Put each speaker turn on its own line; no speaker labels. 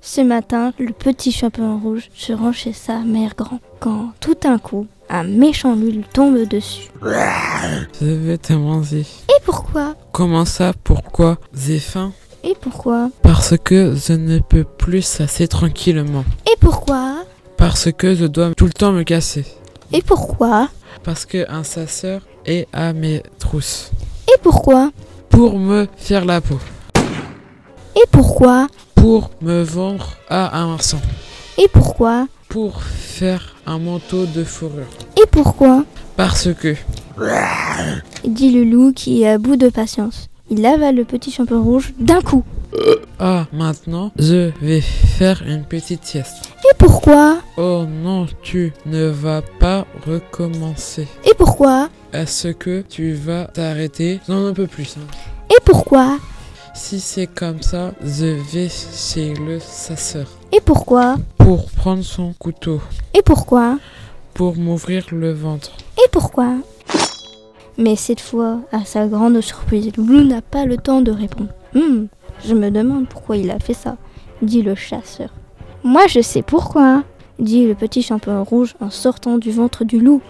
Ce matin, le petit chaperon rouge se rend chez sa mère grand quand tout d'un coup, un méchant loup lui tombe dessus.
Je vais te manger.
Et pourquoi
Comment ça Pourquoi J'ai faim
Et pourquoi
Parce que je ne peux plus s'asseoir tranquillement.
Et pourquoi
Parce que je dois tout le temps me casser.
Et pourquoi
Parce que un chasseur est à mes trousses.
Et pourquoi
Pour me faire la peau.
Et pourquoi
Pour me vendre à un marchand.
Et pourquoi
Pour faire un manteau de fourrure.
Et pourquoi
Parce que
dit le loup qui est à bout de patience. Il avale le petit chaperon rouge d'un coup.
Ah, maintenant, je vais faire une petite sieste.
Et pourquoi
Oh non, tu ne vas pas recommencer.
Et pourquoi
Est-ce que tu vas t'arrêter J'en un peu plus. hein.
Et pourquoi
Si c'est comme ça, je vais chez le chasseur
Et pourquoi
pour prendre son couteau,
Et pourquoi
pour m'ouvrir le ventre.
Et pourquoi Mais cette fois, à sa grande surprise, le loup n'a pas le temps de répondre. Hum, je me demande pourquoi il a fait ça, dit le chasseur. Moi, je sais pourquoi, dit le petit chaperon rouge en sortant du ventre du loup.